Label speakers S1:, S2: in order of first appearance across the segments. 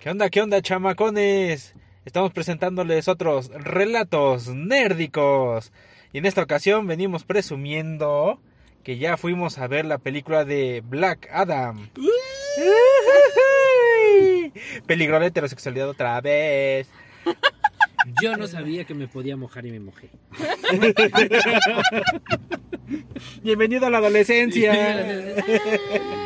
S1: ¿Qué onda, qué onda, chamacones? Estamos presentándoles otros relatos nérdicos. Y en esta ocasión venimos presumiendo que ya fuimos a ver la película de Black Adam. Uy. Peligro la heterosexualidad otra vez.
S2: Yo no sabía que me podía mojar y me mojé.
S1: Bienvenido a la adolescencia.
S2: eh.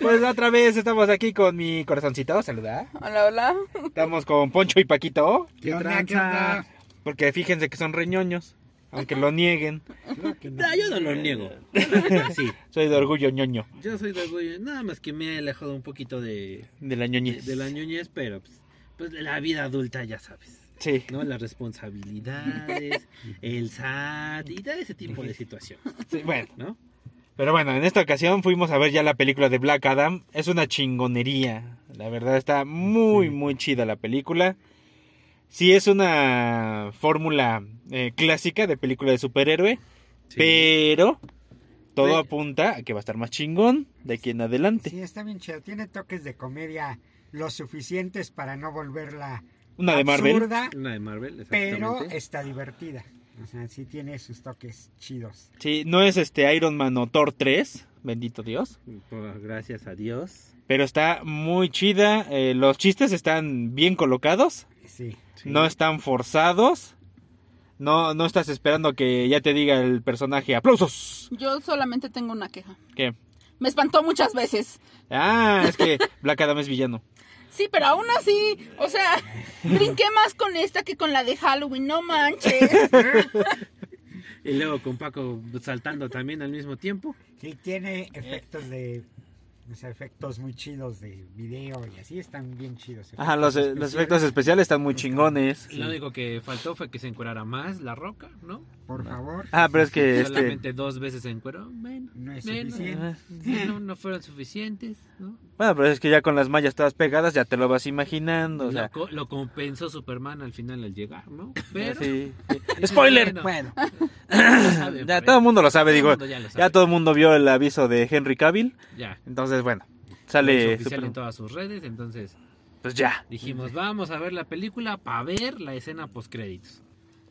S1: Pues otra vez estamos aquí con mi corazoncito, saluda.
S3: Hola, hola.
S1: Estamos con Poncho y Paquito.
S4: ¿Qué onda,
S2: tranza?
S4: qué onda?
S1: Porque fíjense que son reñoños, aunque lo nieguen.
S4: Claro que no.
S2: No, yo no lo niego. Sí,
S1: Soy de orgullo ñoño,
S2: yo soy de orgullo. Nada más que me he alejado un poquito de,
S1: de la
S2: de,
S1: ñoñez.
S2: de la ñoñez, pero pues, pues, la vida adulta ya sabes.
S1: Sí.
S2: ¿No? Las responsabilidades, el SAT y todo ese tipo de situación.
S1: sí, bueno.
S2: ¿No?
S1: Pero bueno, en esta ocasión fuimos a ver ya la película de Black Adam. Es una chingonería. La verdad está muy, muy chida la película. Sí es una fórmula eh, clásica de película de superhéroe,
S2: Sí.
S1: pero todo
S2: Pe-
S1: apunta a que va a estar más chingón de aquí en adelante.
S4: Sí, está bien chido. Tiene toques de comedia lo suficientes para no volverla
S1: Una de Marvel.
S4: absurda,
S2: Una de Marvel,
S4: pero
S2: exactamente.
S4: está divertida. O sea, sí tiene sus toques chidos.
S1: Sí, no es este Iron Man o Thor 3, bendito Dios.
S2: Pues, gracias a Dios.
S1: Pero está muy chida. eh, los chistes están bien colocados.
S4: Sí.
S2: Sí.
S1: No están forzados. No, no estás esperando que ya te diga el personaje aplausos.
S3: Yo solamente tengo una queja.
S1: ¿Qué?
S3: Me espantó muchas veces.
S1: Ah, es que Black Adam es villano.
S3: Sí, pero aún así, o sea, brinqué más con esta que con la de Halloween, no manches.
S2: Y luego con Paco saltando también al mismo tiempo.
S4: Sí, tiene efectos de. O sea, efectos muy chidos de video y así están bien chidos.
S1: Ajá, los, eh, los efectos especiales están muy chingones.
S2: Lo único que faltó fue que se encuerara más la roca, ¿no?
S4: Por favor.
S1: Ah, pero es que este,
S2: Solamente dos veces se encueró. Bueno,
S4: No es
S2: bueno, eh,
S4: suficiente.
S2: No, no fueron suficientes, ¿no?
S1: bueno, pero es que ya con las mallas todas pegadas ya te lo vas imaginando. O
S2: lo,
S1: sea,
S2: co- lo compensó Superman al final al llegar, ¿no? Pero
S1: sí, sí. Spoiler.
S2: Bueno,
S4: Bueno,
S2: ya saben,
S1: Ya
S2: pues,
S1: todo el mundo lo sabe,
S2: todo el
S1: digo.
S2: mundo ya lo sabe.
S1: Ya todo el mundo vio el aviso de Henry Cavill.
S2: Ya.
S1: Entonces, bueno,
S2: Es
S1: sale.
S2: oficial
S1: Super-
S2: en todas sus redes, entonces
S1: Pues ya.
S2: dijimos, vamos a ver la película para ver la escena post créditos.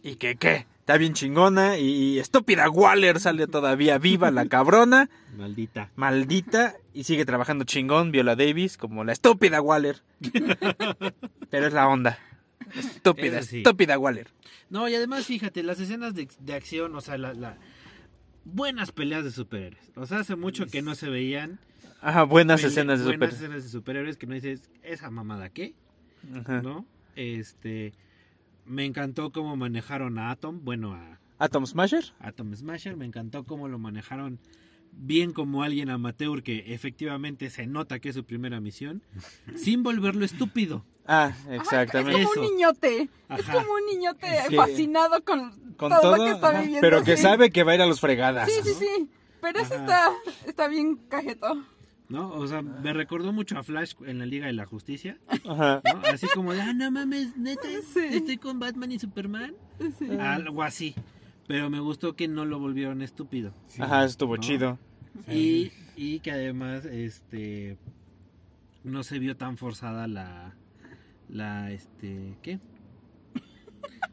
S1: ¿Y qué qué? Está bien chingona y estúpida Waller sale todavía viva la cabrona,
S2: Maldita.
S1: maldita, y sigue trabajando chingón Viola Davis como la estúpida Waller. Pero es la onda. Estúpida,
S2: Eso sí.
S1: estúpida Waller.
S2: No, y además, fíjate, las escenas de, de acción, o sea, la, la- buenas peleas de superhéroes. O sea, hace mucho que no se veían
S1: Ajá, buenas
S2: pele-
S1: escenas de
S2: buenas
S1: super.
S2: escenas de superhéroes que no dices, esa mamada, ¿qué?
S1: Ajá.
S2: ¿no? Este, me encantó cómo manejaron a Atom, bueno, a
S1: Atom Smasher.
S2: Atom Smasher, me encantó cómo lo manejaron bien como alguien amateur que efectivamente se nota que es su primera misión, sin volverlo estúpido.
S1: Ah,
S3: Ajá,
S1: exactamente.
S3: es como
S2: Eso.
S3: un niñote. Es
S2: Ajá.
S3: como un niñote
S1: Es que-
S3: fascinado con,
S1: Con
S3: todo,
S1: todo,
S3: lo que está
S1: ajá,
S3: viviendo.
S1: pero que
S3: sí.
S1: sabe que va a ir a los fregadas.
S3: Sí, sí, sí. Pero eso está,
S2: Ajá.
S3: está bien cajeto.
S2: ¿No? O sea, me recordó mucho a Flash en la Liga de la Justicia,
S1: Ajá.
S2: ¿no? Así como de, ah, no mames, neta,
S3: Sí.
S2: estoy con Batman y Superman.
S3: Sí.
S2: Algo así. Pero me gustó que no lo volvieron estúpido.
S4: sí.
S1: Ajá, estuvo
S2: No.
S1: chido.
S2: Y, y que además, este, no se vio tan forzada la, la, este, ¿qué?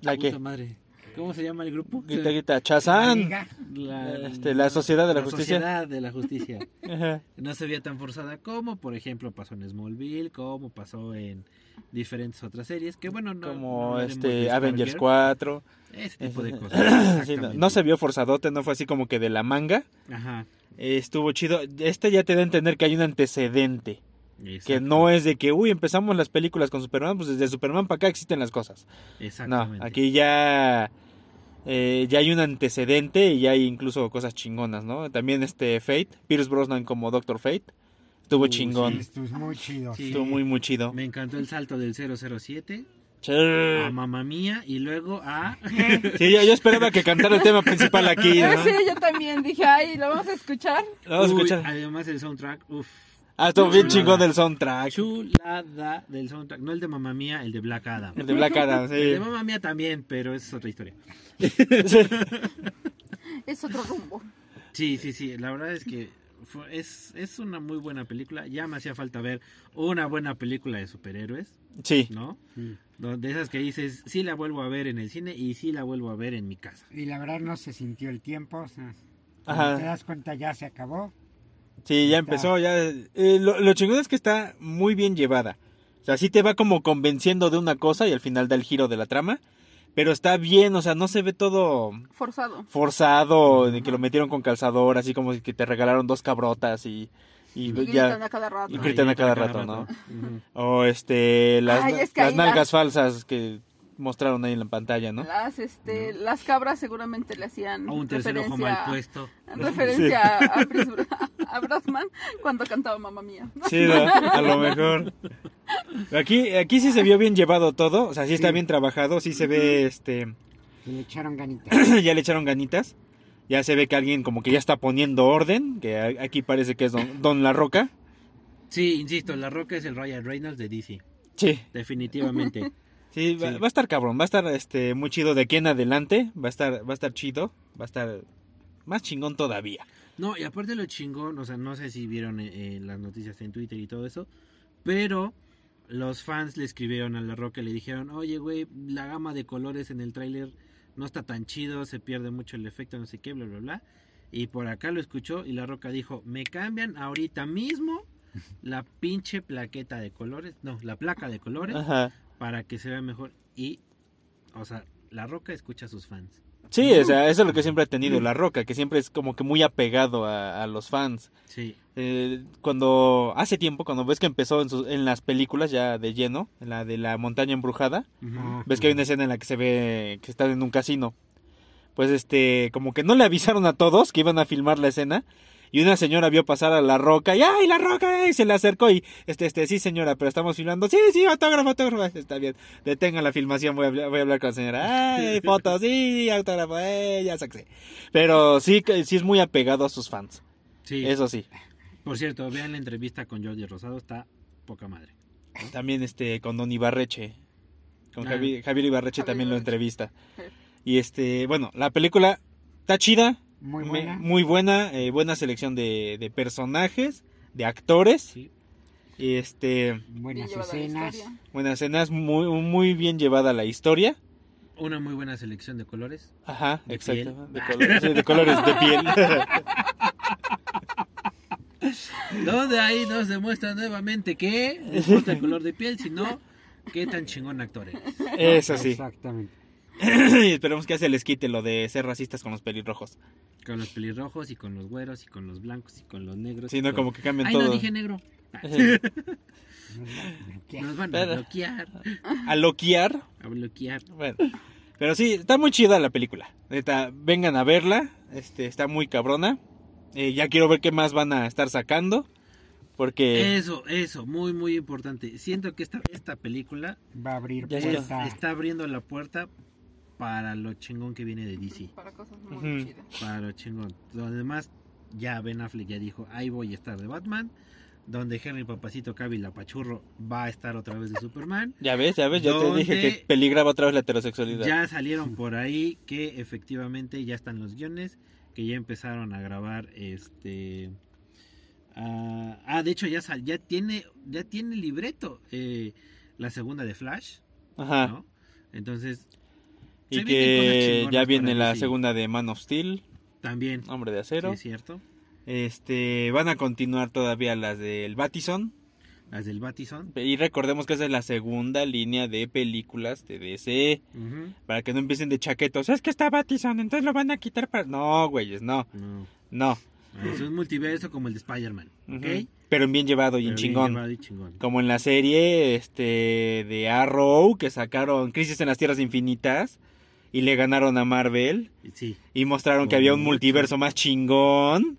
S1: La
S2: Puta
S1: que
S2: madre. ¿Cómo se llama el grupo?
S1: Guita, guita,
S4: La
S1: Chazán.
S4: liga,
S1: Este, la Sociedad de la Justicia.
S2: Sociedad de la Justicia.
S1: Ajá.
S2: No se veía tan forzada como, por ejemplo, pasó en Smallville, como pasó en diferentes otras series, que bueno, no...
S1: Como
S2: no veremos
S1: este
S2: Miss
S1: Avengers
S2: Parker,
S1: 4.
S2: Ese Este tipo de
S1: Ajá.
S2: cosas.
S1: Sí, no,
S2: exactamente.
S1: no se vio forzadote, no fue así como que de la manga.
S2: Ajá.
S1: Eh, estuvo chido. Este ya te da a entender que hay un antecedente. Que
S2: exacto,
S1: no es de que, uy, empezamos las películas con Superman, pues desde Superman para acá existen las cosas. No,
S2: Exactamente.
S1: aquí ya. eh, ya hay un antecedente y ya hay incluso cosas chingonas, ¿no? También este Fate, Pierce Brosnan como Doctor Fate, estuvo
S2: Uh,
S1: chingón,
S4: esto es muy chido.
S2: Sí.
S1: estuvo muy, muy chido.
S2: Me encantó el salto del 007 a
S1: Sí,
S2: Mamá Mía y luego a...
S1: yo, yo esperaba que cantara el tema principal aquí, ¿no?
S3: Ah, sí, yo también dije, ay, ¿lo vamos a escuchar?
S1: Vamos a
S2: Uy,
S1: escuchar.
S2: Además el soundtrack, uff.
S1: Ah, estuvo bien
S2: Chulada.
S1: chingón el soundtrack.
S2: Chulada del soundtrack. No el de Mamá Mía, el de Black Adam.
S1: El de Black Adam,
S2: El
S1: sí.
S2: de Mamá Mía también, pero es otra historia.
S3: Es otro rumbo.
S2: Sí, sí, sí. La verdad es que fue- es, es una muy buena película. Ya me hacía falta ver una buena película de superhéroes,
S1: Sí.
S2: ¿no? Donde esas que dices, sí la vuelvo a ver en el cine y sí la vuelvo a ver en mi casa.
S4: Y la verdad no se sintió el tiempo. o sea, cuando
S1: Ajá.
S4: te das cuenta ya se acabó.
S1: Sí, ya empezó, ya. eh, lo, lo chingón es que está muy bien llevada. O sea, sí te va como convenciendo de una cosa y al final da el giro de la trama. Pero está bien, o sea, no se ve todo
S3: Forzado.
S1: forzado, de que lo metieron con calzador, así como que te regalaron dos cabrotas y, y
S3: Y gritan
S1: ya.
S3: a cada rato.
S1: Y gritan a cada rato,
S2: ¿no? Ujú.
S1: O este, las,
S3: Ay, es que
S1: las
S3: ahí
S1: nalgas
S3: las-
S1: falsas que mostraron ahí en la pantalla, ¿no?
S3: Las, este, las cabras seguramente le hacían
S2: O un tercer ojo
S3: referencia,
S2: mal puesto.
S3: referencia a, Chris Bra- a Brosnan cuando cantaba Mamma Mía.
S1: Sí, ¿no? a lo mejor. Aquí, aquí sí se vio bien llevado todo, o sea, sí está
S4: Sí.
S1: bien trabajado, sí se ve este.
S4: Y le echaron ganitas.
S1: ya le echaron ganitas. Ya se ve que alguien como que ya está poniendo orden, que a- aquí parece que es Don, don La Roca.
S2: Sí, insisto, La Roca es el Ryan Reynolds de DC.
S1: Sí,
S2: Definitivamente.
S1: sí, va,
S2: Sí.
S1: va a estar cabrón, va a estar este muy chido de aquí en adelante, va a estar va a estar chido, va a estar más chingón todavía.
S2: No, y aparte lo chingón, o sea, no sé si vieron eh, eh, las noticias en Twitter y todo eso, pero los fans le escribieron a La Roca y le dijeron, oye, güey, la gama de colores en el tráiler no está tan chido, se pierde mucho el efecto, no sé qué, bla, bla, bla. Y por acá lo escuchó y La Roca dijo, me cambian ahorita mismo la pinche plaqueta de colores, no, la placa de colores
S1: Ajá.
S2: para que se vea mejor. Y, o sea, La Roca escucha a sus fans.
S1: Sí, o sea, eso es lo que siempre ha tenido La Roca, que siempre es como que muy apegado a, a los fans.
S2: Sí,
S1: Eh, cuando hace tiempo, cuando ves que empezó en, sus- en las películas ya de lleno, en la de la montaña embrujada,
S4: Ah,
S1: Ves que hay una escena en la que se ve que están en un casino. Pues este, como que no le avisaron a todos que iban a filmar la escena. Y una señora vio pasar a la roca y ¡ay, la roca! Y se le acercó y este, este, sí señora, pero estamos filmando. Sí, sí, autógrafo, autógrafo. Está bien, detengan la filmación, voy a, hablar- voy a hablar con la señora. ¡Ay, fotos! Sí, autógrafo, eh, ya saqué. Pero sí, que- sí es muy apegado a sus fans.
S2: sí.
S1: Eso sí.
S2: Por cierto, vean la entrevista con Jordi Rosado, está poca madre.
S1: También este con Don Ibarreche. Con
S2: Ah.
S1: Javi- Javier Ibarreche
S3: Javier
S1: también lo
S3: Ibarreche.
S1: entrevista.
S3: Sí.
S1: Y este, bueno, la película está chida,
S4: Muy
S1: me-
S4: buena.
S1: muy buena, eh, buena selección de, de personajes, de actores,
S2: Sí.
S1: y este,
S3: Bien
S4: Buenas
S3: llevada la
S4: escenas.
S3: historia.
S1: buenas escenas, muy, muy bien llevada la historia.
S2: Una muy buena selección de colores.
S1: Ajá,
S2: ¿De
S1: exacto. De, colores, sí, de colores de piel.
S2: Donde ahí nos demuestra nuevamente que no importa el color de piel, sino qué tan chingón actor eres.
S1: Eso sí.
S4: Exactamente.
S1: Esperemos que ya se les quite lo de ser racistas con los pelirrojos.
S2: Con los pelirrojos y con los güeros y con los blancos y con los negros.
S1: Sino como que cambien
S2: Ay,
S1: todo.
S2: no dije negro. Ah,
S4: ¿Qué?
S2: Nos van a
S1: Pero-
S2: bloquear.
S1: A loquear,
S2: A bloquear.
S1: Bueno, pero sí, está muy chida la película. Neta, vengan a verla. Este, está muy cabrona. Eh, ya quiero ver qué más van a estar sacando. Porque.
S2: Eso, eso, muy, muy importante. Siento que esta, esta película
S4: Va a abrir
S1: Ya
S2: es-
S4: puerta.
S2: está abriendo la puerta para lo chingón que viene de DC.
S3: Para cosas muy
S1: Ujú.
S3: chidas.
S2: Para lo chingón. Donde más ya Ben Affleck ya dijo, ahí voy a estar de Batman. Donde Henry Papacito Cavill la Pachurro va a estar otra vez de Superman.
S1: Ya ves, ya ves, ya
S2: ¿Dónde?
S1: te dije que peligraba otra vez la heterosexualidad.
S2: Ya salieron por ahí que efectivamente ya están los guiones, que ya empezaron a grabar este... ah, ah, de hecho ya, sal- ya, tiene, ya tiene libreto eh, la segunda de Flash,
S1: Ajá.
S2: ¿no? Entonces
S1: Ah. Y
S2: se vienen cosas
S1: que
S2: chingonas
S1: ya
S2: por
S1: viene
S2: ahí,
S1: la
S2: sí.
S1: segunda de Man of Steel,
S2: también,
S1: Hombre de
S2: sí,
S1: Acero.
S2: es cierto,
S1: Este, van a continuar todavía las del Batison.
S2: las del Batison.
S1: Y recordemos que esa es la segunda línea de películas de DC.
S2: Ujú.
S1: Para que no empiecen de chaquetos. Es que está Batison, entonces lo van a quitar para. No, güeyes, no,
S2: No,
S1: no.
S2: Pues es un multiverso como el de Spider-Man, ¿ok?
S1: Ujú. Pero bien llevado y
S2: Pero bien
S1: en chingón.
S2: llevado y chingón.
S1: Como en la serie este de Arrow que sacaron Crisis en las Tierras Infinitas y le ganaron a Marvel
S2: Sí.
S1: y mostraron que había un
S2: Mucho.
S1: multiverso más chingón.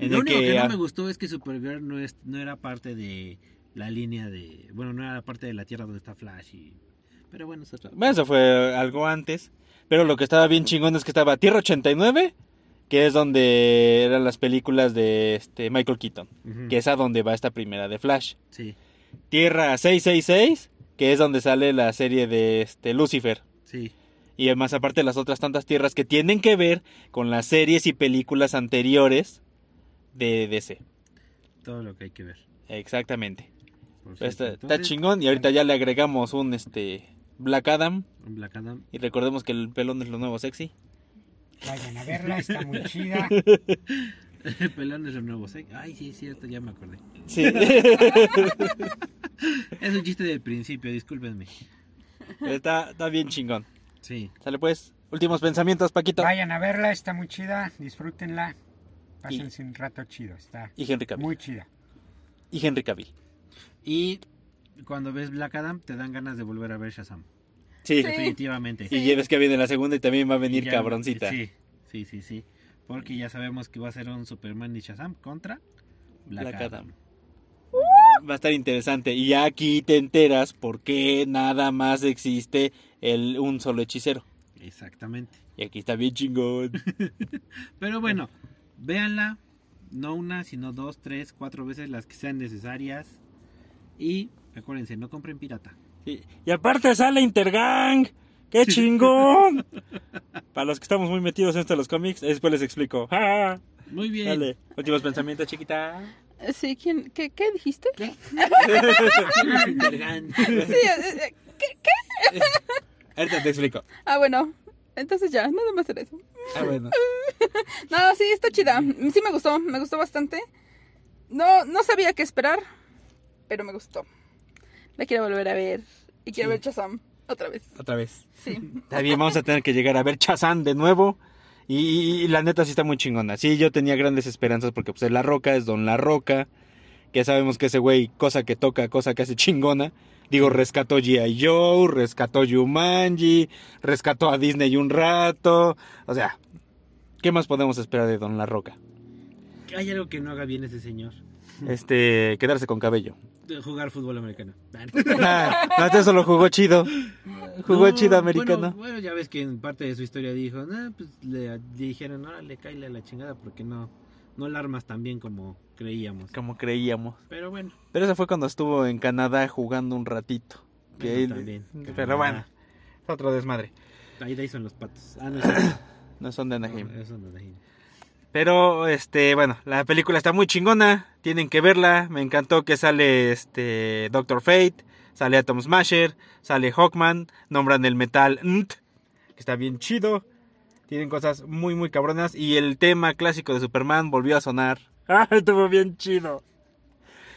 S1: en
S2: Lo
S1: el
S2: único que,
S1: ah,
S2: no me gustó es que Supergirl no, es, no era parte de la línea de... Bueno, no era parte de la Tierra donde está Flash y... Pero bueno, es otra...
S1: bueno, eso fue algo antes, pero lo que estaba bien chingón es que estaba Tierra 89, que es donde eran las películas de este Michael Keaton,
S2: Ujú.
S1: que es a donde va esta primera de Flash.
S2: Sí,
S1: Tierra 666, que es donde sale la serie de este Lucifer.
S2: sí.
S1: Y además, aparte las otras tantas tierras que tienen que ver con las series y películas anteriores de DC.
S2: Todo lo que hay que ver.
S1: Exactamente.
S2: por
S1: Pero
S2: cierto.
S1: está, Este, está
S2: Entonces,
S1: chingón y ahorita ya le agregamos un este Black Adam
S2: Black Adam.
S1: y recordemos que el pelón es lo nuevo sexy.
S4: Vayan a verla, está muy chida.
S2: El pelón es el nuevo sec- ¿eh? Ay, sí, es cierto, ya me acordé.
S1: Sí.
S2: Es un chiste del principio, discúlpenme.
S1: está, está bien chingón.
S2: Sí.
S1: Sale pues. Últimos pensamientos, Paquito.
S4: Vayan a verla, está muy chida. Disfrútenla. Pásense un rato chido, está
S1: Y Henry Cavill.
S4: muy chida.
S1: Y Henry Cavill.
S2: Y cuando ves Black Adam, te dan ganas de volver a ver Shazam.
S1: Sí.
S3: Sí.
S2: Definitivamente.
S1: Y ya ves que viene la segunda y también va a venir
S2: Ya-
S1: cabroncita.
S2: Sí, sí, sí, sí. Porque ya sabemos que va a ser un Superman y Shazam contra Black,
S1: Black
S2: Adam.
S1: Adam. Va a estar interesante. Y ya aquí te enteras por qué nada más existe el, un solo hechicero.
S2: Exactamente.
S1: Y aquí está bien chingón.
S2: Pero bueno, véanla. No una, sino dos, tres, cuatro veces las que sean necesarias. Y acuérdense, no compren pirata.
S1: Y, y aparte sale Intergang. ¡Qué chingón! Para los que estamos muy metidos en esto de los cómics, después les explico. ¡Ja!
S2: Muy bien.
S1: Dale, últimos pensamientos, chiquita.
S3: Eh, Sí, ¿quién, qué, ¿qué dijiste?
S2: Vergan.
S3: Sí, eh, eh,
S1: Ahorita te explico.
S3: ah, bueno. Entonces ya, nada más era eso.
S1: Ah, bueno.
S3: No, sí, está chida. Sí me gustó, me gustó bastante. No, no sabía qué esperar, pero me gustó. La quiero volver a ver. Y quiero
S1: Sí.
S3: ver Shazam otra vez.
S1: Otra vez.
S3: Sí.
S1: Está bien, vamos a tener que llegar a ver Chazán de nuevo. Y, y- y la neta sí está muy chingona. Sí, yo tenía grandes esperanzas porque pues es La Roca, es Don La Roca. Que sabemos que ese güey, cosa que toca, cosa que hace chingona. Digo, rescató G.I. Joe, rescató Yumanji, rescató a Disney un rato. O sea, ¿qué más podemos esperar de Don La Roca?
S2: Hay algo que no haga bien ese señor.
S1: Este, quedarse con cabello.
S2: De Jugar fútbol americano.
S1: Nah, no, este solo jugó chido. Jugó
S2: No,
S1: chido americano.
S2: Bueno, bueno, ya ves que en parte de su historia dijo, "Nah, pues le, le dijeron, órale, cáile a la chingada porque no, no la armas tan bien como creíamos.
S1: Como creíamos.
S2: Pero bueno,
S1: Pero eso fue cuando estuvo en Canadá jugando un ratito. Que
S2: Bueno,
S1: él-
S2: también.
S1: Pero bueno, es otro desmadre.
S2: ahí de ahí son los patos. Ah, no, es cierto.
S1: No son de Anaheim.
S2: No, eso no es Anaheim.
S1: Pero, este, bueno, la película está muy chingona. Tienen que verla. Me encantó que sale este Doctor Fate, sale Atom Smasher, sale Hawkman, nombran el metal Nt, que está bien chido. Tienen cosas muy, muy cabronas. Y el tema clásico de Superman volvió a sonar. ¡Ah, estuvo bien chido!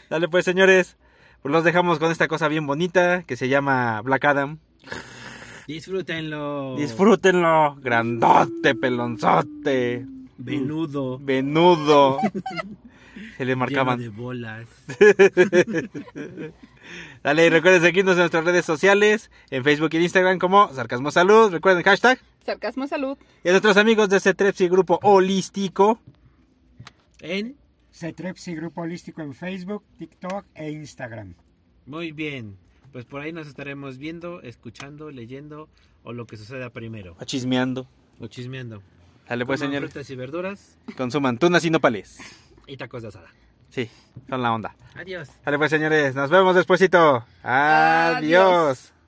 S1: Dale, pues, señores. Pues los dejamos con esta cosa bien bonita que se llama Black Adam.
S2: Disfrútenlo.
S1: Disfrútenlo. Grandote, pelonzote,
S2: Venudo.
S1: venudo. Se le
S2: Lleno
S1: marcaban.
S2: de bolas.
S1: Dale, y recuerden seguirnos en nuestras redes sociales, en Facebook y en Instagram como Sarcasmo Salud, recuerden hashtag,
S3: Sarcasmo salud.
S1: y a nuestros amigos de Cetrepsi Grupo Holístico,
S2: En.
S4: Cetrepsi Grupo Holístico en Facebook, TikTok e Instagram.
S2: Muy bien. Pues por ahí nos estaremos viendo, escuchando, leyendo o lo que suceda primero.
S1: o chismeando.
S2: O chismeando.
S1: Dale pues
S2: Coman
S1: señores,
S2: Frutas y verduras
S1: consuman tunas y nopales.
S2: y tacos de asada.
S1: Sí, son la onda.
S2: Adiós.
S1: Dale pues señores, nos vemos despuesito. Adiós.
S3: Adiós.